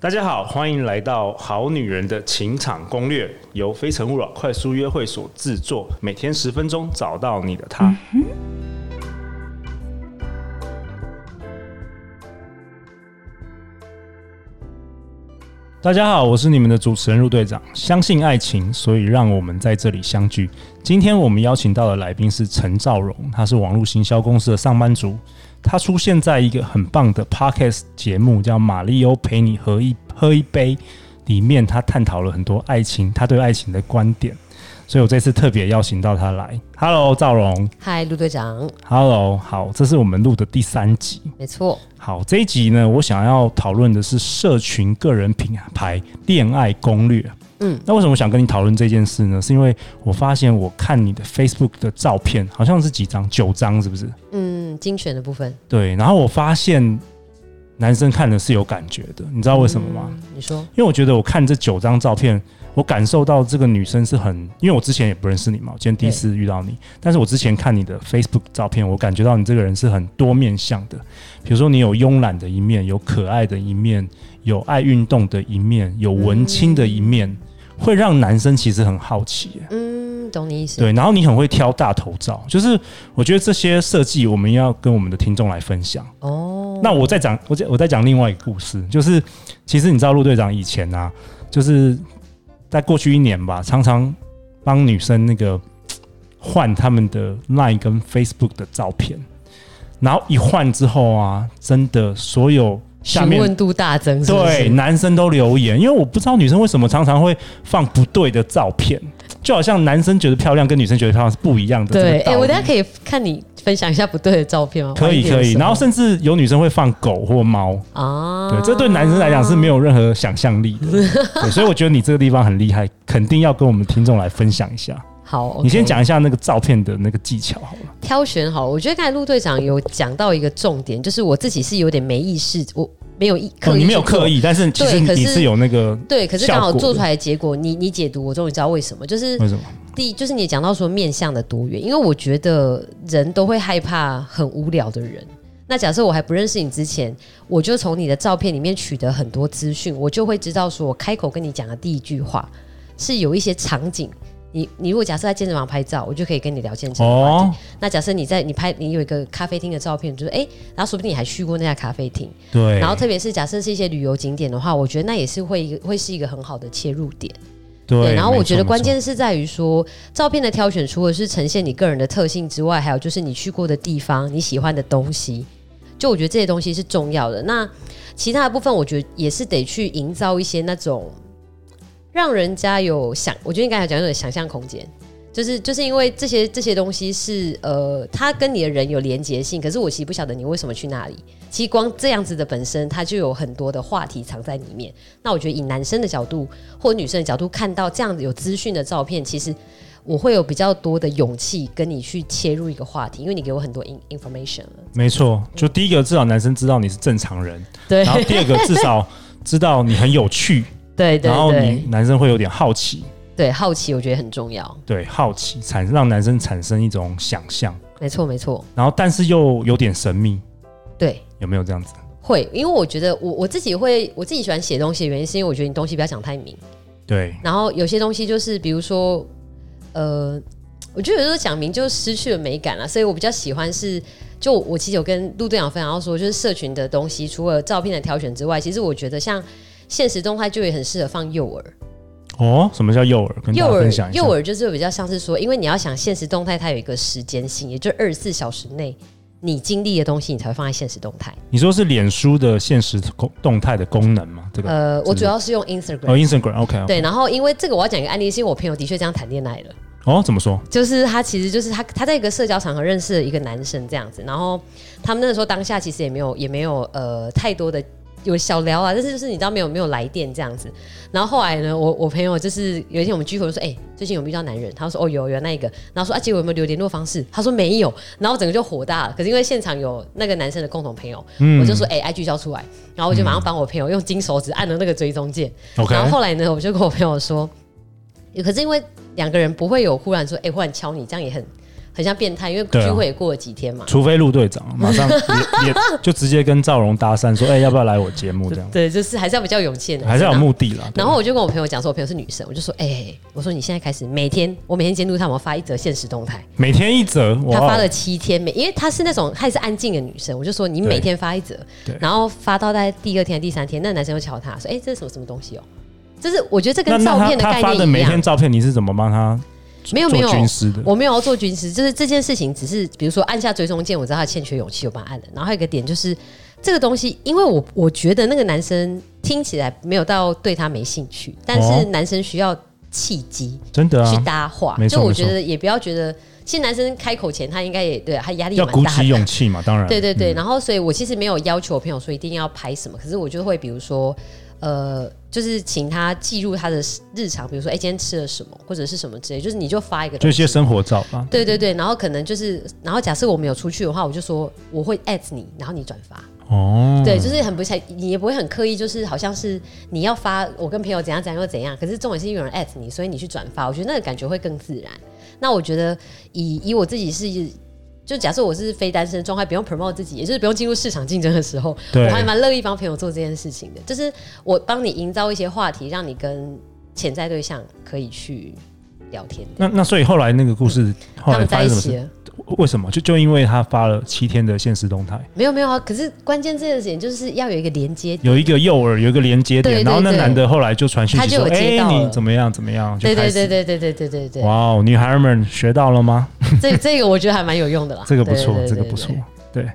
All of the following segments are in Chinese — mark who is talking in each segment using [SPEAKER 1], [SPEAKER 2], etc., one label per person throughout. [SPEAKER 1] 大家好，欢迎来到《好女人的情场攻略》，由非诚勿扰快速约会所制作，每天十分钟，找到你的他。大家好，我是你们的主持人陆队长。相信爱情，所以让我们在这里相聚。今天我们邀请到的来宾是陈兆荣，他是网络行销公司的上班族。他出现在一个很棒的 podcast 节目，叫《马里欧陪你喝一喝一杯》，里面他探讨了很多爱情，他对爱情的观点。所以我这次特别邀请到他来。Hello，赵荣。
[SPEAKER 2] 嗨，陆队长，
[SPEAKER 1] Hello，好，这是我们录的第三集。
[SPEAKER 2] 没错，
[SPEAKER 1] 好，这一集呢，我想要讨论的是社群个人品牌恋爱攻略。嗯
[SPEAKER 2] 嗯，
[SPEAKER 1] 那为什么我想跟你讨论这件事呢？是因为我发现我看你的 Facebook 的照片，好像是几张，九张是不是？
[SPEAKER 2] 嗯，精选的部分，
[SPEAKER 1] 对，然后我发现男生看了是有感觉的，你知道为什么吗？
[SPEAKER 2] 嗯？你说，
[SPEAKER 1] 因为我觉得我看这九张照片，我感受到这个女生是很，因为我之前也不认识你嘛，我今天第一次遇到你，但是我之前看你的 Facebook 照片，我感觉到你这个人是很多面向的，比如说你有慵懒的一面，有可爱的一面，有爱运动的一面，有文青的一面，会让男生其实很好奇耶、
[SPEAKER 2] 嗯，懂你意思。
[SPEAKER 1] 对，然后你很会挑大头照，就是我觉得这些设计我们要跟我们的听众来分享。
[SPEAKER 2] 哦，
[SPEAKER 1] 那我再讲，我再我再讲另外一个故事，就是其实你知道陆队长以前啊，就是在过去一年吧，常常帮女生那个呃换他们的 Line 跟 Facebook 的照片，然后一换之后啊，真的所有下
[SPEAKER 2] 询
[SPEAKER 1] 面
[SPEAKER 2] 问度大增是不是，
[SPEAKER 1] 对男生都留言，因为我不知道女生为什么常常会放不对的照片，就好像男生觉得漂亮跟女生觉得漂亮是不一样的这个道理。
[SPEAKER 2] 对，哎、我等一下可以看你分享一下不对的照片吗？
[SPEAKER 1] 可以
[SPEAKER 2] 晚一点
[SPEAKER 1] 可
[SPEAKER 2] 的
[SPEAKER 1] 以，
[SPEAKER 2] 时候
[SPEAKER 1] 然后甚至有女生会放狗或猫。
[SPEAKER 2] 啊，
[SPEAKER 1] 对，这对男生来讲是没有任何想象力 的，对，所以我觉得你这个地方很厉害，肯定要跟我们听众来分享一下。
[SPEAKER 2] 好
[SPEAKER 1] 你先
[SPEAKER 2] OK
[SPEAKER 1] 讲一下那个照片的那个技巧好了。
[SPEAKER 2] 挑选好，我觉得刚才陆队长有讲到一个重点，就是我自己是有点没意识，我没有意刻
[SPEAKER 1] 哦，
[SPEAKER 2] 意、
[SPEAKER 1] 你没有刻。意，但是其实
[SPEAKER 2] 对可是
[SPEAKER 1] 你是有那个
[SPEAKER 2] 对，可是刚
[SPEAKER 1] 效
[SPEAKER 2] 好
[SPEAKER 1] 果
[SPEAKER 2] 做出来的结果，你你解读，我终于知道为什么，就是
[SPEAKER 1] 为什么？
[SPEAKER 2] 第一，就是你也讲到说面向的多元，因为我觉得人都会害怕很无聊的人。那假设我还不认识你之前，我就从你的照片里面取得很多资讯，我就会知道说我开口跟你讲的第一句话是有一些场景。你你如果假设在健身房拍照，我就可以跟你聊健身的话题。
[SPEAKER 1] 哦，
[SPEAKER 2] 那假设你在你拍你有一个咖啡厅的照片，就是诶，然后说不定你还去过那家咖啡厅。
[SPEAKER 1] 对，
[SPEAKER 2] 然后特别是假设是一些旅游景点的话，我觉得那也是会会是一个很好的切入点。
[SPEAKER 1] 对，
[SPEAKER 2] 对，然后我
[SPEAKER 1] 没错
[SPEAKER 2] 觉得关。
[SPEAKER 1] 没
[SPEAKER 2] 键是在于说，照片的挑选除了是呈现你个人的特性之外，还有就是你去过的地方、你喜欢的东西。就我觉得这些东西是重要的。那其他的部分，我觉得也是得去营造一些那种让人家有想，我觉得你刚才讲有想象空间。就是就是因为这些这些东西是呃，它跟你的人有连结性，可是我其实不晓得你为什么去那里。其实光这样子的本身，它就有很多的话题藏在里面。那我觉得以男生的角度或女生的角度看到这样子有资讯的照片，其实我会有比较多的勇气跟你去切入一个话题，因为你给我很多 in information 了。
[SPEAKER 1] 错没错，就第一个至少男生知道你是正常人，
[SPEAKER 2] 对
[SPEAKER 1] 然后第二个至少知道你很有趣，
[SPEAKER 2] 对对
[SPEAKER 1] 然后你
[SPEAKER 2] 对
[SPEAKER 1] 男生会有点好奇，
[SPEAKER 2] 对，好奇我觉得很重要。
[SPEAKER 1] 对，好奇产让男生产生一种想象，
[SPEAKER 2] 没错没错，
[SPEAKER 1] 然后但是又有点神秘，
[SPEAKER 2] 对。
[SPEAKER 1] 有没有这样子？
[SPEAKER 2] 会，因为我觉得我我自己会，我自己喜欢写东西的原因，是因为我觉得你东西不要讲太明。
[SPEAKER 1] 对，
[SPEAKER 2] 然后有些东西就是，比如说，呃，我觉得有时候讲明就失去了美感了，啊所以我比较喜欢是，就我其实有跟陆队长分享到说，就是社群的东西，除了照片的挑选之外，其实我觉得像现实动态就也很适合放诱饵，
[SPEAKER 1] 哦，什么叫诱饵？跟
[SPEAKER 2] 诱
[SPEAKER 1] 大家分享
[SPEAKER 2] 饵
[SPEAKER 1] 一下。
[SPEAKER 2] 诱饵就是比较像是说，因为你要想现实动态它有一个时间性，也就二十四小时内你经历的东西，你才会放在现实动态。
[SPEAKER 1] 你说是脸书的现实动动态的功能吗？这个
[SPEAKER 2] 呃，我
[SPEAKER 1] 是
[SPEAKER 2] 主要是用 Instagram
[SPEAKER 1] 哦，Instagram，OK，、
[SPEAKER 2] 对，然后因为这个我要讲一个案例，是因为我朋友的确这样谈恋爱了，
[SPEAKER 1] 哦，怎么说？
[SPEAKER 2] 就是他其实就是他他在一个社交场合认识了一个男生这样子，然后他们那个时候当下其实也没有也没有呃太多的有小聊啊，但是就是你知道没有没有来电这样子，然后后来呢，我我朋友就是有一天我们聚会我就说，哎、最近有没有遇到男人？他说哦有有那一个，然后说啊结果有没有留联络方式？他说没有，然后整个就火大了，可是因为现场有那个男生的共同朋友，我就说哎、IG 交出来，然后我就马上帮我朋友用金手指按了那个追踪键。
[SPEAKER 1] OK，
[SPEAKER 2] 然后后来呢，我就跟我朋友说，可是因为两个人不会有忽然说，哎、忽然敲你，这样也很很像变态，因为
[SPEAKER 1] 对啊
[SPEAKER 2] 聚会也过了几天嘛。
[SPEAKER 1] 除非陆队长啊 马上也也就直接跟赵荣搭讪说，哎、要不要来我节目这样，
[SPEAKER 2] 对，就是还是要比较有勇气的男生，
[SPEAKER 1] 还是要有
[SPEAKER 2] 然后
[SPEAKER 1] 目的啦。对
[SPEAKER 2] 然后我就跟我朋友讲说，我朋友是女生，我就说，哎、我说你现在开始每天，我每天监督她有没有发一则现实动态。
[SPEAKER 1] 每天一则，
[SPEAKER 2] 她
[SPEAKER 1] 哇
[SPEAKER 2] 发
[SPEAKER 1] 哦，
[SPEAKER 2] 了七天，每因为她是那种她也是安静的女生，我就说你每天发一则
[SPEAKER 1] 对对，
[SPEAKER 2] 然后发到大概第二天、第三天，那男生就瞧她说，哎、这是什么什么东西哦？就是我觉得这
[SPEAKER 1] 那
[SPEAKER 2] 跟
[SPEAKER 1] 那
[SPEAKER 2] 照
[SPEAKER 1] 他
[SPEAKER 2] 片的
[SPEAKER 1] 他
[SPEAKER 2] 概
[SPEAKER 1] 发
[SPEAKER 2] 念
[SPEAKER 1] 的
[SPEAKER 2] 一
[SPEAKER 1] 每
[SPEAKER 2] 样
[SPEAKER 1] 天，照片，你是怎么帮他做
[SPEAKER 2] 没有没有
[SPEAKER 1] 做军师的？
[SPEAKER 2] 我没有要做军师，就是这件事情只是，比如说按下追踪键，我知道他欠缺勇气，我把他按了。然后还有一个点就是，这个东西，因为我我觉得那个男生听起来没有到对他没兴趣，但
[SPEAKER 1] 哦
[SPEAKER 2] 是男生需要契机
[SPEAKER 1] 真的
[SPEAKER 2] 去
[SPEAKER 1] 啊，
[SPEAKER 2] 搭话，
[SPEAKER 1] 没错
[SPEAKER 2] 就我
[SPEAKER 1] 没错
[SPEAKER 2] 觉得也不要觉得，其实男生开口前他应该也对啊他压力也
[SPEAKER 1] 要
[SPEAKER 2] 蛮
[SPEAKER 1] 鼓
[SPEAKER 2] 大的
[SPEAKER 1] 起勇气嘛，当然。
[SPEAKER 2] 对对对，
[SPEAKER 1] 嗯
[SPEAKER 2] 然后所以我其实没有要求我朋友说一定要拍什么，可是我就会比如说，呃，就是请他记录他的日常，比如说哎、今天吃了什么或者是什么之类，就是你就发一个
[SPEAKER 1] 就
[SPEAKER 2] 东
[SPEAKER 1] 一
[SPEAKER 2] 西
[SPEAKER 1] 些生活照吧。
[SPEAKER 2] 对对对，然后可能就是，然后假设我们有出去的话，我就说我会 at 你，然后你转发。
[SPEAKER 1] 哦，
[SPEAKER 2] 对，就是很不想，你也不会很刻意，就是好像是你要发我跟朋友怎样怎样又怎样，可是重点是因为有人 at 你，所以你去转发，我觉得那个感觉会更自然。那我觉得以以我自己是。就假设我是非单身的状态，不用 promote 自己，也就是不用进入市场竞争的时候，
[SPEAKER 1] 对
[SPEAKER 2] 我还蛮乐意帮朋友做这件事情的。就是我帮你营造一些话题，让你跟潜在对象可以去聊天
[SPEAKER 1] 那
[SPEAKER 2] 的。
[SPEAKER 1] 那所以后来那个故事后
[SPEAKER 2] 他
[SPEAKER 1] 来
[SPEAKER 2] 们
[SPEAKER 1] 发
[SPEAKER 2] 在一
[SPEAKER 1] 生什么事？
[SPEAKER 2] 起了，
[SPEAKER 1] 为什么？就就因为他发了七天的现实动态，
[SPEAKER 2] 没有没有啊，可是关键这件事情就是要有一个连接点。
[SPEAKER 1] 有一个诱饵，有一个连接点，
[SPEAKER 2] 对对
[SPEAKER 1] 然后那
[SPEAKER 2] 对
[SPEAKER 1] 男的后来就传讯息
[SPEAKER 2] 他就
[SPEAKER 1] 说：“
[SPEAKER 2] 有
[SPEAKER 1] 哎、
[SPEAKER 2] 接到了
[SPEAKER 1] 你怎么样？怎么样？”就
[SPEAKER 2] 对
[SPEAKER 1] 开
[SPEAKER 2] 对
[SPEAKER 1] 始。
[SPEAKER 2] 对对对对对对对，
[SPEAKER 1] 哇哦，女孩们学到了吗？
[SPEAKER 2] 这这个我觉得还蛮有用的啦。
[SPEAKER 1] 这个不错
[SPEAKER 2] 对，
[SPEAKER 1] 这个不。
[SPEAKER 2] 对
[SPEAKER 1] 错
[SPEAKER 2] 对对对。
[SPEAKER 1] 对，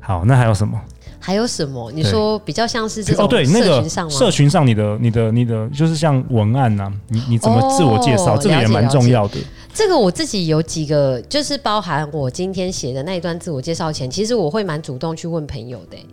[SPEAKER 1] 好，那还有什么？
[SPEAKER 2] 还有什么？你
[SPEAKER 1] 对
[SPEAKER 2] 说比较像是这种
[SPEAKER 1] 哦，对，那
[SPEAKER 2] 社
[SPEAKER 1] 个
[SPEAKER 2] 群上吗？
[SPEAKER 1] 社群上你的、你的、你的，就是像文案呐、你你怎么自我介绍，
[SPEAKER 2] 哦
[SPEAKER 1] 这个也
[SPEAKER 2] 了解
[SPEAKER 1] 蛮重要的。
[SPEAKER 2] 这个我自己有几个，就是包含我今天写的那一段自我介绍前，其实我会蛮主动去问朋友的欸、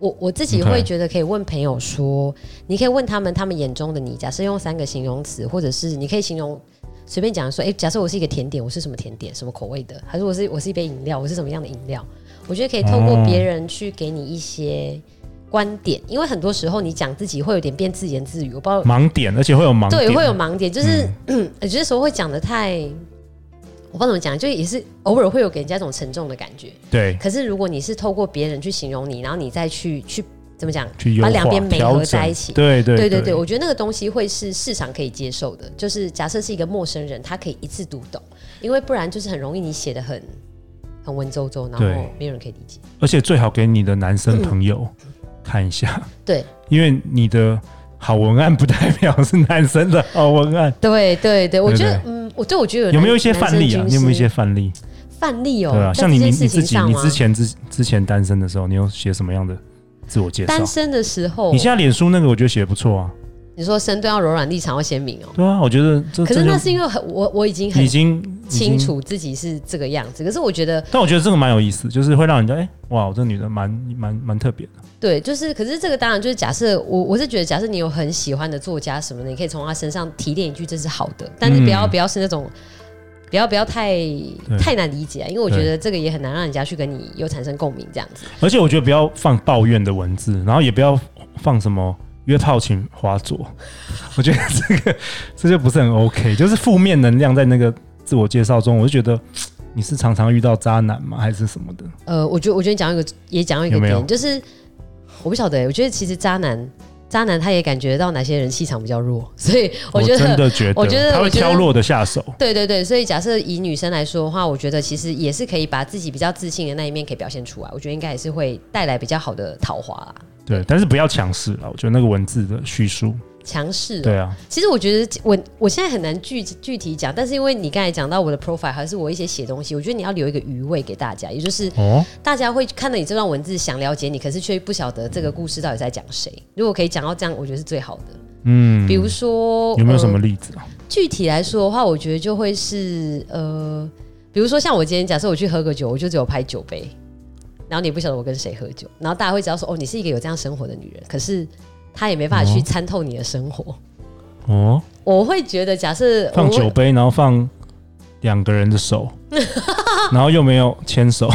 [SPEAKER 2] 我我自己
[SPEAKER 1] OK
[SPEAKER 2] 会觉得可以问朋友说，你可以问他们他们眼中的你，假设用三个形容词，或者是你可以形容随便讲说，诶，假设我是一个甜点，我是什么甜点，什么口味的，还是我是我是一杯饮料，我是什么样的饮料？我觉得可以透过
[SPEAKER 1] 哦
[SPEAKER 2] 别人去给你一些观点，因为很多时候你讲自己会有点变自言自语，我不知道
[SPEAKER 1] 盲点，而且会有盲点，啊嗯
[SPEAKER 2] 对，会有盲点，就是、 有些时候会讲的太，我不知道怎么讲，就也是偶尔会有给人家一种沉重的感觉。
[SPEAKER 1] 对
[SPEAKER 2] 可是如果你是透过别人去形容你，然后你再去去怎么讲，
[SPEAKER 1] 去优
[SPEAKER 2] 把
[SPEAKER 1] 化
[SPEAKER 2] 两边媒
[SPEAKER 1] 调
[SPEAKER 2] 合
[SPEAKER 1] 整
[SPEAKER 2] 在一起。
[SPEAKER 1] 对对对
[SPEAKER 2] 对对对，我觉得那个东西会是市场可以接受的，就是假设是一个陌生人，他可以一次读懂，因为不然就是很容易你写的很很文绉绉，然后
[SPEAKER 1] 对
[SPEAKER 2] 没有人可以理解。
[SPEAKER 1] 而且最好给你的男生朋友看一下，
[SPEAKER 2] 嗯对
[SPEAKER 1] 因为你的好文案不代表是男生的好文案。
[SPEAKER 2] 对对对，我觉得
[SPEAKER 1] 对
[SPEAKER 2] 嗯，我对我觉得
[SPEAKER 1] 有没有
[SPEAKER 2] 男
[SPEAKER 1] 一些范例啊？
[SPEAKER 2] 男生军
[SPEAKER 1] 你有没有一
[SPEAKER 2] 师
[SPEAKER 1] 些范例？
[SPEAKER 2] 范例哦？
[SPEAKER 1] 对啊，
[SPEAKER 2] 在
[SPEAKER 1] 像你
[SPEAKER 2] 这
[SPEAKER 1] 你
[SPEAKER 2] 件
[SPEAKER 1] 你
[SPEAKER 2] 事
[SPEAKER 1] 自
[SPEAKER 2] 情
[SPEAKER 1] 己，
[SPEAKER 2] 上啊
[SPEAKER 1] 你
[SPEAKER 2] 吗
[SPEAKER 1] 之前之之前单身的时候，你有写什么样的自我介绍
[SPEAKER 2] 单？身的时候，
[SPEAKER 1] 啊你现在脸书那个我觉得写的不错啊，
[SPEAKER 2] 你说身段要柔软，立场要鲜明哦。
[SPEAKER 1] 对啊，我觉得这
[SPEAKER 2] 可是
[SPEAKER 1] 这就
[SPEAKER 2] 那是因为很我我已经很
[SPEAKER 1] 已经已
[SPEAKER 2] 清
[SPEAKER 1] 经
[SPEAKER 2] 楚自己是这个样子，可是我觉得
[SPEAKER 1] 但我觉得这个蛮有意思，就是会让人家哎、哇，这女的蛮蛮蛮特别的。
[SPEAKER 2] 对，就是可是这个当然就是假设我我是觉得假设你有很喜欢的作家什么的，你可以从他身上提炼一句这是好的，但是不要、
[SPEAKER 1] 嗯
[SPEAKER 2] 不要是那种不要不要太太难理解啊，因为我觉得这个也很难让人家去跟你有产生共鸣这样子。
[SPEAKER 1] 而且我觉得不要放抱怨的文字，然后也不要放什么约炮请划左， 我觉得这个这就不是很 OK，就是负面能量在那个自我介绍中，我就觉得嘖你是常常遇到渣男吗，还是什么的？
[SPEAKER 2] 呃，我觉得我觉得你讲到一个也讲到一个
[SPEAKER 1] 有没
[SPEAKER 2] 点，
[SPEAKER 1] 有
[SPEAKER 2] 就是我不晓得欸、我觉得其实渣男渣男他也感觉到哪些人气场比较弱，所以我觉得
[SPEAKER 1] 哦真的觉得，
[SPEAKER 2] 我觉得
[SPEAKER 1] 他会
[SPEAKER 2] 我觉得
[SPEAKER 1] 挑落的下手。
[SPEAKER 2] 对对对，所以假设以女生来说的话，我觉得其实也是可以把自己比较自信的那一面可以表现出来，我觉得应该也是会带来比较好的桃花啦。
[SPEAKER 1] 对，但是不要强势啊了。我觉得那个文字的叙述，
[SPEAKER 2] 强势、哦，
[SPEAKER 1] 对啊，
[SPEAKER 2] 其实我觉得我我现在很难具具体讲，但是因为你刚才讲到我的 profile 还是我一些写东西，我觉得你要留一个余味给大家，也就是
[SPEAKER 1] 哦，
[SPEAKER 2] 大家会看到你这段文字想了解你，可是却不晓得这个故事到底在讲谁。如果可以讲到这样，我觉得是最好的。
[SPEAKER 1] 嗯，
[SPEAKER 2] 比如说，
[SPEAKER 1] 有没有
[SPEAKER 2] 呃
[SPEAKER 1] 什么例子啊？
[SPEAKER 2] 具体来说的话，我觉得就会是呃，比如说像我今天假设我去喝个酒，我就只有拍酒杯，然后你也不晓得我跟谁喝酒，然后大家会知道说哦，你是一个有这样生活的女人，可是她也没办法去
[SPEAKER 1] 哦
[SPEAKER 2] 参透你的生活。
[SPEAKER 1] 哦，
[SPEAKER 2] 我会觉得，假设
[SPEAKER 1] 放
[SPEAKER 2] 我
[SPEAKER 1] 酒杯，然后放两个人的 手，然后又没有牵手，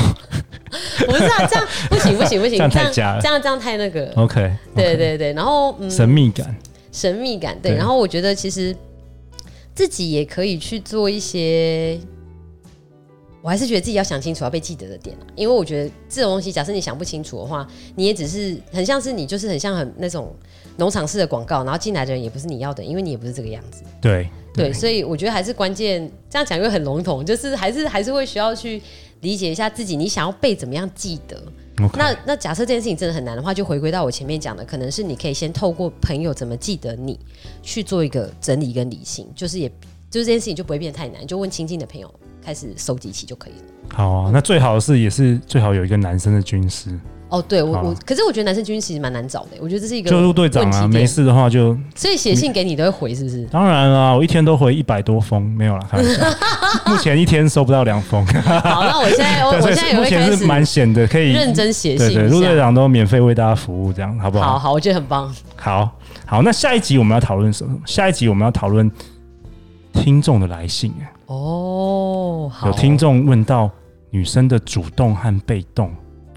[SPEAKER 2] 不是啊，这样不行不行不
[SPEAKER 1] 这
[SPEAKER 2] 行，
[SPEAKER 1] 样太假了哦
[SPEAKER 2] 这。样这样太那个了。
[SPEAKER 1] OK，
[SPEAKER 2] 对对对，然后嗯，
[SPEAKER 1] 神秘感，
[SPEAKER 2] 神秘感。对，
[SPEAKER 1] 对
[SPEAKER 2] 然后我觉得其实自己也可以去做一些我还是觉得自己要想清楚要被记得的点啊、因为我觉得这种东西，假设你想不清楚的话，你也只是很像是你就是很像很那种农场式的广告，然后进来的人也不是你要的，因为你也不是这个样子。
[SPEAKER 1] 对
[SPEAKER 2] 对，所以我觉得还是关键，这样讲又很笼统，就是还是还是会需要去理解一下自己，你想要被怎么样记得。
[SPEAKER 1] ，OK，
[SPEAKER 2] 那那假设这件事情真的很难的话，就回归到我前面讲的，可能是你可以先透过朋友怎么记得你，去做一个整理跟理性，就是也就是这件事情就不会变得太难，就问亲近的朋友开始收集起就可以了。
[SPEAKER 1] 好啊。那最好的是也是最好有一个男生的军师，
[SPEAKER 2] 哦，对我
[SPEAKER 1] 好
[SPEAKER 2] 我，可是我觉得男生军其实蛮难找的，我觉得这是一个
[SPEAKER 1] 就陆队长
[SPEAKER 2] 问
[SPEAKER 1] 啊，
[SPEAKER 2] 题
[SPEAKER 1] 没
[SPEAKER 2] 点，
[SPEAKER 1] 事的话就
[SPEAKER 2] 所以写信给你都会回，是 不是？
[SPEAKER 1] 当然啦，我一天都回一百多封，没有啦，开玩 笑。目前一天收不到两封，
[SPEAKER 2] 好，那我现在我
[SPEAKER 1] 对，所
[SPEAKER 2] 哦我
[SPEAKER 1] 以
[SPEAKER 2] 现在 也
[SPEAKER 1] 目
[SPEAKER 2] 会
[SPEAKER 1] 前
[SPEAKER 2] 开
[SPEAKER 1] 是蛮
[SPEAKER 2] 始
[SPEAKER 1] 闲的，可以
[SPEAKER 2] 认真写
[SPEAKER 1] 对
[SPEAKER 2] 信
[SPEAKER 1] 对，
[SPEAKER 2] 一
[SPEAKER 1] 陆队
[SPEAKER 2] 下。
[SPEAKER 1] 长都免费为大家服务，这样好不
[SPEAKER 2] 好
[SPEAKER 1] 好？
[SPEAKER 2] 好，我觉得很棒。
[SPEAKER 1] 好好，那下一集我们要讨论什么？下一集我们要讨论听众的来信，
[SPEAKER 2] 哦，好，
[SPEAKER 1] 有听众问到女生的主动和被动，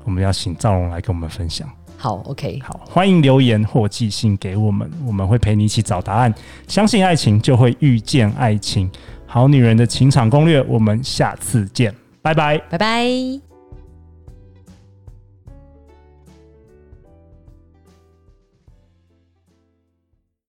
[SPEAKER 1] 我们要请赵龙来跟我们分享。
[SPEAKER 2] 好，OK，
[SPEAKER 1] 好，欢迎留言或寄信给我们，我们会陪你一起找答案。相信爱情，就会遇见爱情。好女人的情场攻略，我们下次见，拜拜。
[SPEAKER 2] 拜拜。